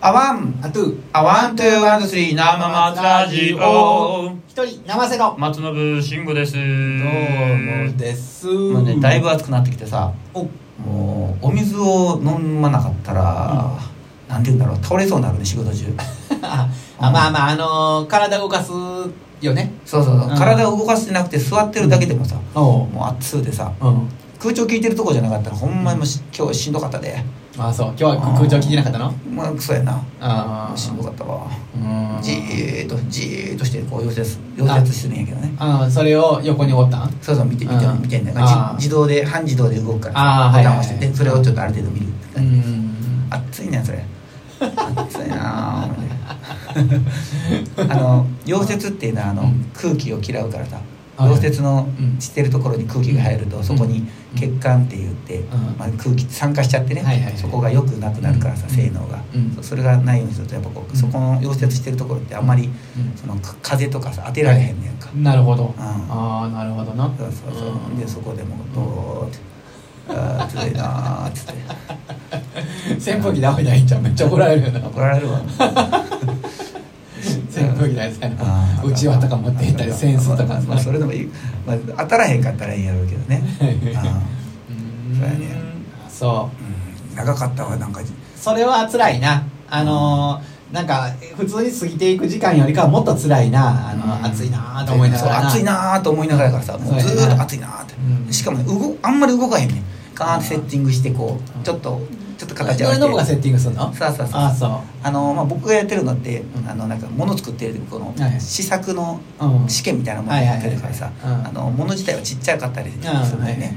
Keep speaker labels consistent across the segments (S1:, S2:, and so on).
S1: アワン
S2: アトゥ
S1: アワン、ツー、ワン、ツー、スリー、生松ラジオ。
S2: 一人生瀬の
S1: 松信慎吾です。どう
S2: どうもですも
S1: もうね、だいぶ暑くなってきてさ、
S2: お
S1: もう、お水を飲まなかったら、なんて言うんだろう、倒れそうになるね、仕 事中。
S2: あまあまああのー、体動かすよね
S1: そうそうそう、
S2: うん
S1: 体を動かしてなくて座ってるだけでもさ、
S2: お
S1: もう暑うでさ、
S2: うん
S1: 空調効いてるとこじゃなかったら、ほんまにもうし今日しんどかったで。
S2: あそう今日は空調聞いてなかったの
S1: まあ、クソやな。
S2: あ
S1: しんどかったわ。
S2: うん
S1: じーっと、じーっとして、こう、溶接、溶接してるんやけどね。
S2: あそれを横におったん
S1: そうそう見て見て
S2: うん
S1: 見てんだ
S2: あ
S1: か
S2: ー
S1: 自動で半自動で動くから
S2: あー
S1: ボタン
S2: はいはいはい
S1: を押してでそれをちょっとある程度見る
S2: ん
S1: 熱いねそれ熱いなあほんで あの溶接っていうのはあの、
S2: うん
S1: 空気を嫌うからさ
S2: はい
S1: 溶接の
S2: うん
S1: してるところに空気が入ると、
S2: うん
S1: そこに血管って言って、
S2: ん
S1: まあ、空気酸化しちゃってね、
S2: はいはいはい
S1: そこがよくなくなるからさ、
S2: うん
S1: 性能が、
S2: うん
S1: そそれがないようにするとやっぱこう、
S2: うん
S1: そこの溶接してるところってあんまり、
S2: うん
S1: そのか風とかさ当てられへんねやんか、
S2: なるほど、
S1: あ
S2: ああなるほどな
S1: そうそうそう、
S2: ん
S1: でそこでもうドーって「ああつらいな」っつって
S2: 扇風機ダメないんじゃんめっちゃ怒られるよな
S1: 怒られるわ
S2: 扇風機大好きや
S1: あ
S2: な
S1: ー
S2: うちわとか持っていったり扇子と
S1: ま
S2: か
S1: あまあそれでもいい、まあ、当たらへんかったらいいんやろうけどねあ
S2: うん
S1: そうやね
S2: そう
S1: ーうん長かったわなんか
S2: それは辛いなあのーなんか普通に過ぎていく時間よりかはもっと辛いなあの、
S1: うん
S2: 暑いなーと思いながら
S1: そう暑いなーと思いながらやからさもうず
S2: そうや
S1: ーっ
S2: な
S1: と暑いなーって、
S2: うん
S1: しかもね動あんまり動かへんねんガーンってセッティングしてこ
S2: う
S1: うんちょっとちょっと
S2: こ
S1: 形
S2: れ
S1: を
S2: ノブがセ
S1: て
S2: ッティングするの
S1: そうそうそう
S2: ああそ
S1: あの、まあ、僕がやってるのって、
S2: うん
S1: あのなんか物作ってるこの
S2: はいはい
S1: 試作の
S2: う、うん、
S1: 試験みたいなものをやってるからさ、
S2: はいはいはいはい
S1: あの物自体はちっちゃかったりするんだ
S2: あ
S1: よ
S2: あはい
S1: ね、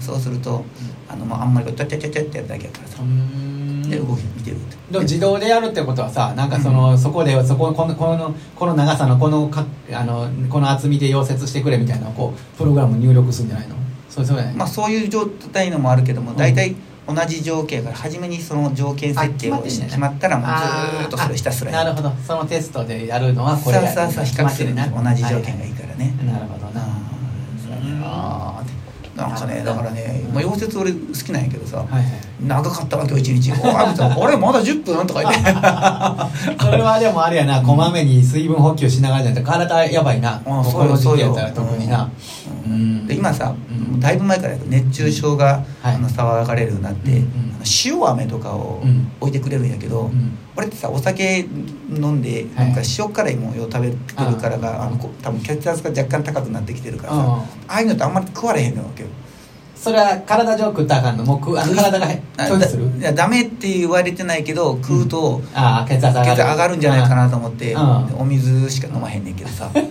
S1: そうするとあの、まあ、あんまりこうちゃちゃちゃちゃってやるだけやからさ、
S2: うーん
S1: で動き見てるって
S2: でも自動でやるってことはさなんかその、そこでそここのこのこの長さのこのかあのこの厚みで溶接してくれみたいなのをこうプログラム入力するんじゃないのそうそうじゃない、
S1: まあ、そういう状態のもあるけども
S2: うん
S1: 大体同じ条件から初めにその条件設定
S2: あ
S1: を
S2: 決まってんだよね
S1: 決まったらもうず
S2: あ
S1: ーっとそれひたすら
S2: な
S1: や
S2: る
S1: る
S2: ほどそのテストでやるのはこ
S1: さ
S2: れ
S1: あ
S2: や
S1: さあさあ比較するの
S2: な
S1: 同じ条件がいいからね、
S2: なるほどな
S1: あーなんかね
S2: な
S1: だ
S2: るほ
S1: か
S2: ど
S1: らね、まあ、溶接俺好きなんやけどさ、
S2: はいはい
S1: 長かったわ今日一日おーあみたいなあれまだ10分とか言 って
S2: それはでもあれやなこまめに水分補給しながらじゃないと体やばいな
S1: ああ
S2: この時期やったら
S1: そうよ
S2: 特にな
S1: うん
S2: うん
S1: で今さ、
S2: うん
S1: だいぶ前からやけど熱中症が、
S2: はい
S1: あの騒がれるようになって、
S2: うんうん
S1: あの塩飴とかを
S2: うん
S1: 置いてくれるんやけど、
S2: うん
S1: 俺ってさお酒飲んで
S2: はい
S1: なんか塩辛いものを食べてるからが、あのこ多分血圧が若干高くなってきてるからさ、
S2: うん
S1: ああいうのってあんまり食われへんのよけよ
S2: それは体上食ったらあかんのもう食うあの体が
S1: あ
S2: 拒否する
S1: だいやダメって言われてないけど食うと、
S2: ああ血圧上が
S1: 血
S2: る
S1: 圧上がるんじゃないかなと思って、
S2: うん
S1: お水しか飲まへんねんけど さ、
S2: いや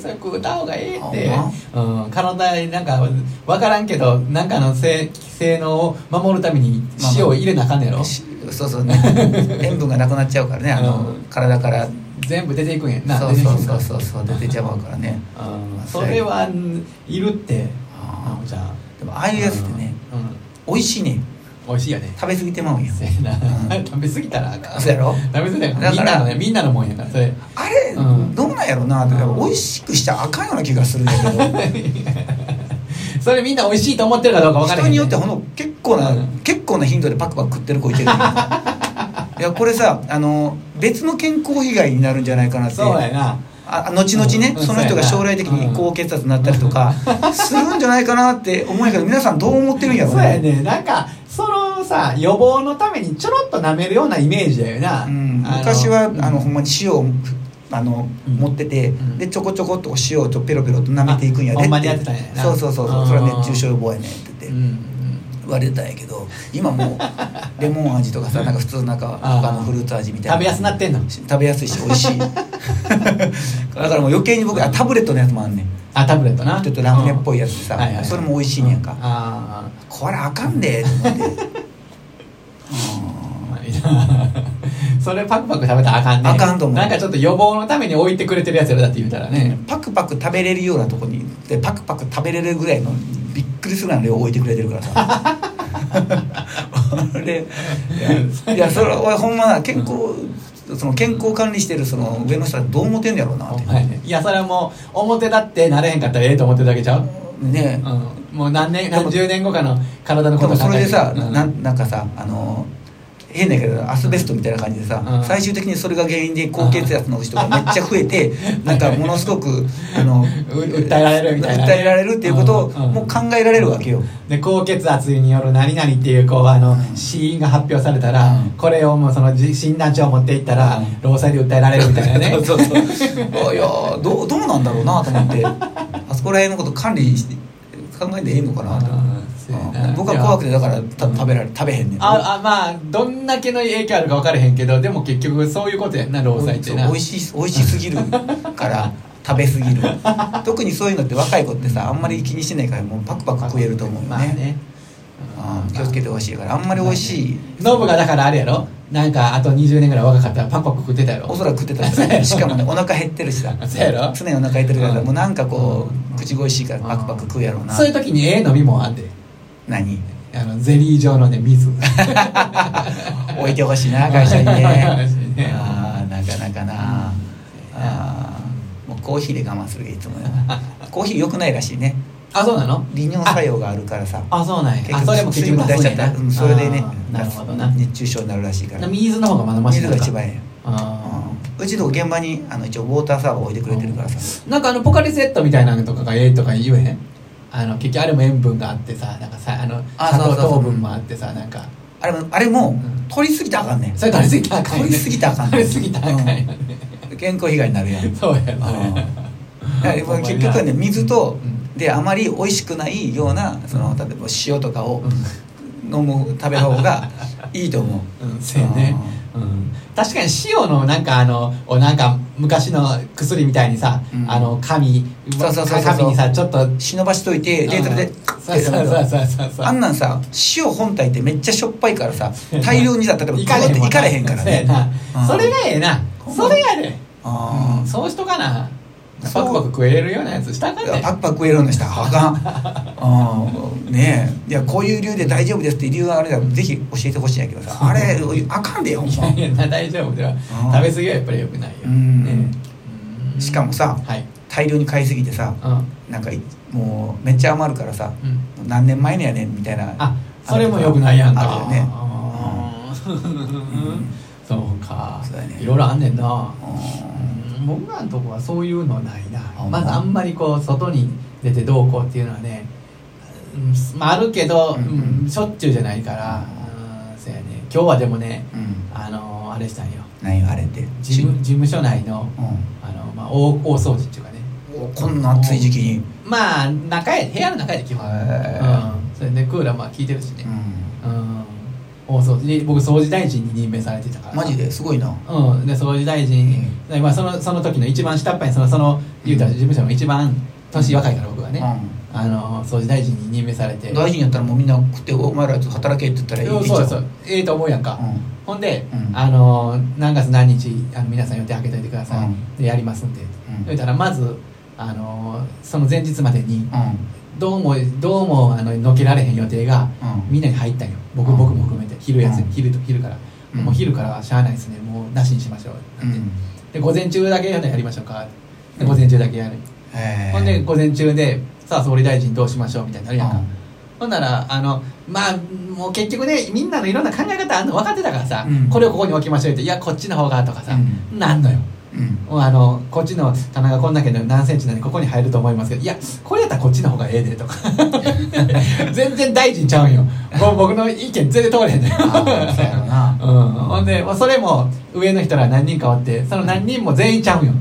S2: それ食うた方がええっ
S1: あ
S2: て、うん、体になんか分からんけどなんかの性性能を守るために塩を入れなあかんのやろ、
S1: しそうそうね 塩分がなくなっちゃうからねあの、
S2: うん
S1: 体から
S2: 全部出ていくんやんな
S1: そうそうそう
S2: 出ていくん
S1: そうそう出てちゃうからね
S2: かうんそれはうんいるって
S1: ああ
S2: あじゃあ
S1: でもああいうやつってね、
S2: うんうん
S1: 美味しいね
S2: 美味しいよね
S1: 食べ過ぎてまうんや
S2: せやな、
S1: うん
S2: 食べ過ぎたらあかん
S1: そうやろ
S2: 食べ過ぎたらあか
S1: だ
S2: んみ
S1: から
S2: んなのねみんなのもんやからそれ
S1: あれ、
S2: うん
S1: どうなんやろなって
S2: うん
S1: 美味しくしちゃあかんような気がするんだけど
S2: それみんな美味しいと思ってるかどうか分からへ
S1: 人
S2: ん
S1: によってほんの結構な、
S2: うん
S1: 結構な頻度でパクパク食ってる子いて るよいやこれさあの別の健康被害になるんじゃないかなって
S2: そうやな
S1: あ後々ね、
S2: うん
S1: その人が将来的に高血圧になったりとかするんじゃないかなって思うけど皆さんどう思ってるんやろ
S2: そうやねなんかそのさ予防のためにちょろっと舐めるようなイメージだよな、
S1: うん
S2: あの
S1: 昔は
S2: うん
S1: あのほんまに塩をあの
S2: うん
S1: 持ってて
S2: うん
S1: でちょこちょこっと塩をちょペロペロと舐めていくんや
S2: あ
S1: で
S2: ほんま
S1: っ
S2: にやっててたんやな
S1: そうそうそうそうそれは熱中症予防やねんって
S2: う
S1: 言
S2: んう
S1: って
S2: ん
S1: 言われてたんやけど今も うレモン味とかさなんか普通のなんか
S2: あー
S1: 他のフルーツ味みたいな
S2: 食べやすなってんの
S1: 食べやすいし美味 しいだからもう余計に僕あタブレットのやつもあんねん
S2: あタブレットな
S1: ちょっとラムネっぽいやつでさ
S2: うんはいはい
S1: それも美味しいねやんか
S2: うあ
S1: これあかんでと思ってうん
S2: ーまあいいな それパクパク食べたらあかんね
S1: あかんと思う
S2: なんかちょっと予防のために置いてくれてるやつやろだって言うたらね
S1: パクパク食べれるようなとこにでパクパク食べれるぐらいのびっくりするような量置いてくれてるからさ 俺いやいやそれ俺ほんまな健康その健康管理してるその上の人はどう思ってんのやろうなって
S2: いやそれはもう表だってなれへんかったらええと思ってるだけちゃう、う
S1: ね
S2: ん、もう何年
S1: でも
S2: 何十年後かの体
S1: で
S2: のこと
S1: も
S2: 考
S1: それ
S2: えて
S1: でさ
S2: うん
S1: ななんかさあのえ変な言い方だけどアスベストみたいな感じでさ、
S2: うん
S1: 最終的にそれが原因で高血圧の人がめっちゃ増え て、
S2: ん
S1: なんかものすごくあの
S2: 訴えられるみたいな
S1: 訴えられるっていうことを
S2: うんうん
S1: もう考えられるわけよ、
S2: で高血圧による何々っていうこうあの
S1: うん
S2: 死因が発表されたら、
S1: うん
S2: これをもうそのじ診断書を持っていったら、
S1: うん
S2: 労災で訴えられるみたいなね
S1: そうそう そういやーどうどうなんだろうなと思ってあそこら辺のこと管理して考えていいのかなと思って
S2: うん
S1: うん僕は怖くてだからた食べられ食べへんねん
S2: ああまあどんだけの影響あるか分からへんけどでも結局そういうことやんな労災ってな
S1: そう美味しい美味しすぎる から食べすぎる特にそういうのって若い子ってさあんまり気にしてないからもうパクパク食えると思うよ
S2: まあ
S1: ね,、
S2: ね
S1: うん、気をつけてほしいからあんまり美味しい、
S2: ノブがだからあれやろなんかあと20年ぐらい若かったらパクパク食ってたやろ
S1: おそらく食ってたんだよしかもねお腹減ってるしさ
S2: そうやろ
S1: 常にお腹減ってるからさ
S2: うん
S1: もうなんかこ
S2: うん
S1: う口恋しいからパクパク食うやろうな
S2: そういう時にええ飲み物あんで
S1: 何
S2: あのゼリー状のね 水
S1: 置いてほしいな会社に ね
S2: 会社にね
S1: ああなかなかな、
S2: うん
S1: あーもうコーヒーで我慢するがいつもねコーヒー良くないらしいね
S2: あそうなの
S1: 利尿作用があるからさ
S2: あそうなんやあ
S1: 局
S2: それも結
S1: 水
S2: 局
S1: 分出しちゃった、
S2: 出す
S1: うんん、
S2: や
S1: それでね
S2: あーなるほどな
S1: 熱中症になるらしいから
S2: 水の方がまだマシ
S1: 水が一番ええ
S2: あ
S1: うんうちの現場にあの一応ウォーターサーバー置いてくれてるからさ
S2: ーなんかあのポカリセットみたいなのとかがええとか言えへんあの結局あれも塩分があってさなんかさあの
S1: あ
S2: 砂
S1: そうそう
S2: 糖
S1: そう
S2: 糖分もあってさなんか
S1: あれもあれも
S2: ん
S1: 取りすぎたらあかんねん
S2: それ取りすぎたらあかんよ
S1: 取
S2: ね
S1: りすぎたらあかんね
S2: 取
S1: ん
S2: りすぎたらあかんよね
S1: うん健康被害になるやん
S2: そうやね
S1: うんだからもう結局はね水とであまり美味しくないようなその例えば塩とかを飲む食べる方がいいと思う
S2: うんそうやねうん確かに塩のなんかあのおなんか昔の薬みたいにさ、
S1: うん
S2: あの紙
S1: そうそうそうそう
S2: 紙にさちょっと
S1: 忍ばしといてでそれで
S2: そうそうそうそうそうそう
S1: あんなんさ塩本体ってめっちゃしょっぱいからさ 大量にさ例えば
S2: 行かれへん
S1: グワッていかれへんから
S2: そうや
S1: ね
S2: な
S1: うん
S2: それがええなそれやで
S1: あ
S2: うん
S1: ー
S2: そうしとかな
S1: そ
S2: パ
S1: う
S2: クパク食えれるようなやつしたらあかんね
S1: パクパク食えるようにしたらあかんうんねえいやこういう理由で大丈夫ですっていう理由があるならぜひ教えてほしいんやけどさあれあかんでよほん
S2: いやいや大丈夫では食べ過ぎはやっぱり良くないよ
S1: うん
S2: ねうん
S1: ましかもさ
S2: はい
S1: 大量に買いすぎてさ
S2: うん
S1: なんかいもうめっちゃ余るからさ
S2: うん
S1: 何年前のやねんみたいな
S2: あそれもよくないやんか
S1: あるよね
S2: あーそうか
S1: そうやね
S2: いろいろあんねんな
S1: うん
S2: うん僕らのとこはそういうのないな
S1: ほんま
S2: まずあんまりこう外に出てどうこうっていうのはね、うんまあ、あるけど、
S1: うんうん
S2: うんしょっちゅうじゃないから、うんそうやね今日はでもね
S1: うん
S2: あのあれしたんよ
S1: 何よあれって
S2: 事務事務所内の
S1: うん
S2: あの、まあ、大大掃除っていうかね
S1: おこんな暑い時期に
S2: まあ中へ部屋の中へで基本、
S1: へー
S2: うん、それでクーラーまあ効いてるしね
S1: う、ん
S2: うん、大掃除で僕掃除大臣に任命されてたから
S1: マジですごいな
S2: うん、で掃除大臣、まあ、そのその時の一番下っ端にそのその言うたら事務所の一番年若いから僕はね、
S1: う
S2: あの掃除大臣に任命されて
S1: ん、大臣やったらもうみんな食ってお前ら働けって言ったらいい
S2: うん
S1: いいじゃ
S2: そうんそうええと思うやんか、
S1: う
S2: ほんで、
S1: うん
S2: あの何月何日あの皆さん予定開けといてください、
S1: うん
S2: でやりますんで、
S1: ん
S2: 言うたらまずあのその前日までに
S1: うん
S2: どうもどうもあののけられへん予定が
S1: うん
S2: みんなに入ったんよ僕,、
S1: うん
S2: 僕も含めて昼やつ、
S1: うん
S2: 昼と昼から、
S1: うん
S2: もう昼からはしゃあないですねもうなしにしましょうっ
S1: う
S2: てなって、
S1: ん
S2: で午前中だけやりましょうかで午前中だけやる、
S1: へー
S2: ほんで午前中でさあ総理大臣どうしましょうみたいになるやんか、
S1: うん
S2: ほんならあのまあもう結局ねみんなのいろんな考え方あんの分かってたからさ、
S1: うん
S2: これをここに置きましょうっていやこっちの方がとかさ、
S1: う
S2: なんのよ
S1: うん
S2: もうあのこっちの棚がこんだけで何センチなんでここに入ると思いますけどいやこれやったらこっちの方がええで とか全然大臣ちゃうんよもう僕の意見全然通れへんねん
S1: あそうやろな
S2: うん、ほんで、まあ、それも上の人ら何人かおってその何人も全員ちゃうんよ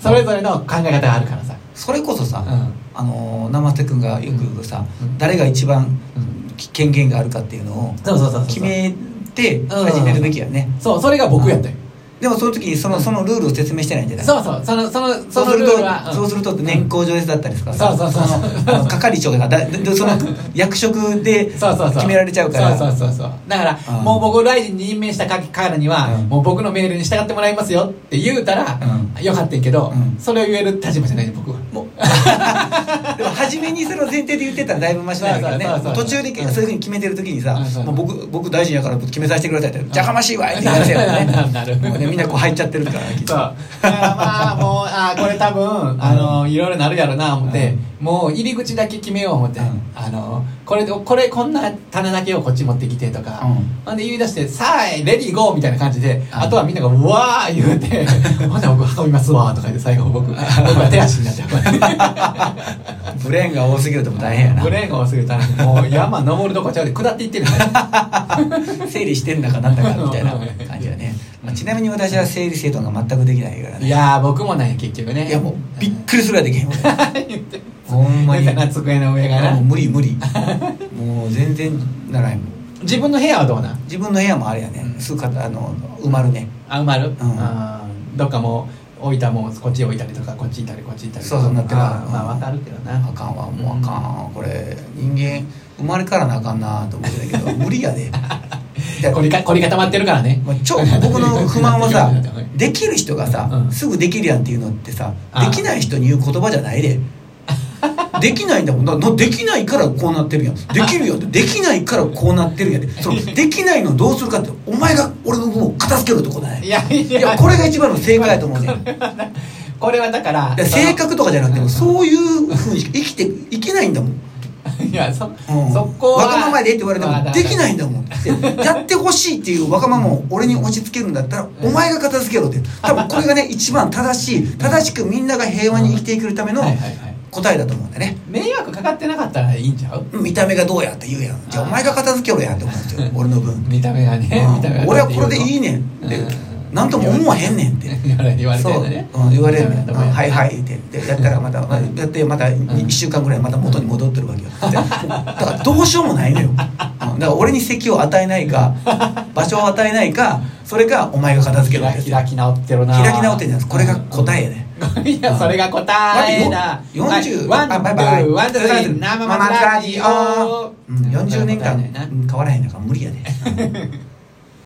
S2: それぞれの考え方があるからさ、
S1: それこそさ、
S2: うん
S1: あのー生瀬君がよく言うさ、
S2: うん
S1: 誰が一番
S2: うん
S1: 権限があるかっていうのを
S2: そうそうそうそう
S1: 決めて始めるべきやね、
S2: そうそれが僕やったよ、
S1: でもその時にそのそのルールを説明してないんじゃない
S2: そうそうそのその
S1: そ
S2: そうの
S1: す
S2: ル
S1: る
S2: ー
S1: と
S2: ルは、、
S1: そうすると年功序列だったりするからさ
S2: そうそうそうそう
S1: のあの係長がだ でその役職で
S2: そうそうそう
S1: 決められちゃうから
S2: そうそうそうそうだから、
S1: うん
S2: もう僕を大臣に任命したからには、
S1: うん
S2: もう僕の命令に従ってもらいますよって言うたら、
S1: う
S2: よかったんやけど、
S1: うん
S2: それを言える立場じゃないね僕は
S1: もうでも初めにその前提で言ってたらだいぶマシなんだけ
S2: そう
S1: どねも
S2: そうそう
S1: う途中でそう
S2: うん
S1: いうふうに決めてる時にさ
S2: うんそ
S1: 「
S2: う
S1: もう僕僕大臣やから決めさせてください」って「
S2: ん
S1: じゃかましいわい」って言われちゃう
S2: な
S1: よ
S2: る
S1: ねもうねみんなこう入っちゃってるからきっ
S2: そう
S1: と
S2: だからまあもうあーこれ多分あのいろいろなるやろな思って、もう入り口だけ決めよう思って、
S1: うん
S2: あのこれこれこんな棚だけをこっち持ってきてとか、
S1: うん
S2: ほんで言い出して「さあレディーゴー」みたいな感じで、
S1: ん
S2: あとはみんなが「うわー」言うて 「ほんなら僕運びますわ」とか言って最後僕僕は手足になっちゃ
S1: ブレーンが多すぎるともう大変や
S2: う
S1: な
S2: ブレーンが多すぎるたらもう山登るとこちゃうで下っていってるんだよ
S1: 整理してんだかなんだかみたいな感じだね、まあ、ちなみに私は整理整頓が全くできないからね
S2: いやー僕もなんや結局ね
S1: いやもうびっくりするぐらいできへん俺
S2: 言って
S1: ほんまに
S2: 出たな机の上が
S1: もう
S2: な
S1: 無理無 理もう全然ならへん
S2: 自分の部屋はどうなん
S1: 自分の部屋もあれやね、
S2: うん
S1: すぐかあの埋まるね
S2: あ埋まる、
S1: うん
S2: あーどっかもう置いたもんこっち置いたりとかこっちいたりこっちいたりと
S1: そ
S2: か
S1: うそうなってる
S2: あーまあわかるけどな
S1: あかんわもうあかんわこれ人間生まれからなあかんなと思ってたけど無理や でいや
S2: これかこれが溜まってるからね
S1: まあ、超僕の不満は さ
S2: で
S1: できる人がさ、
S2: うん
S1: すぐできるやんっていうのってさ
S2: あー
S1: できない人に言う言葉じゃないでできないんだもんななできないからこうなってるやんできるよってできないからこうなってるやんでそのできないのどうするかってお前が俺の分を片付けるとこだ
S2: い
S1: ね
S2: やい
S1: い
S2: や
S1: やこれが一番の正解やと 思うねん
S2: これはだから
S1: で性格とかじゃなくても
S2: その
S1: そういうふうにしか生きていけないんだもん、
S2: いやそ,、
S1: うん、
S2: そこは
S1: わがままやでって言われて
S2: まあ
S1: もできないんだもんでやってほしいっていうわがままを俺に押し付けるんだったらお前が片付けろって多分これがね一番正しい正しくみんなが平和に生きていけるための
S2: はいはいはい
S1: 答えだと思うんだよね
S2: 迷惑かかってなかったらいいんちゃう
S1: 見た目がどうやって言うやんじゃあ
S2: あー
S1: お前が片付けろやって思うんですよ俺の分、 うん
S2: 見た目がね見た目が
S1: 俺はこれでいい
S2: ね
S1: ねんって
S2: うん
S1: 何とも思わへんねんって
S2: 言われ 言われて
S1: そ
S2: ん
S1: う、
S2: だね
S1: うん、言われる
S2: 見
S1: ね
S2: た目
S1: うん
S2: がどうや
S1: はいはいって言ってやったらまた、まあやってまた1週間ぐらいまた元に戻ってるわ けよでだからどうしようもないのよ、うん、だから俺に席を与えないか 場所を与えないかそれかお前が片付けるわけ
S2: 開
S1: です
S2: き
S1: よ
S2: 開き直ってるな
S1: 開き直ってんじゃないですこれが答えやね
S2: いや、それが答えだ。
S1: だってよ40
S2: はい
S1: あバイ
S2: ワ
S1: バ
S2: ン、
S1: イ
S2: ツー、ワン、ツー、生松ラジオ。
S1: うん40年間
S2: うん
S1: うん変わらへんだから無理やで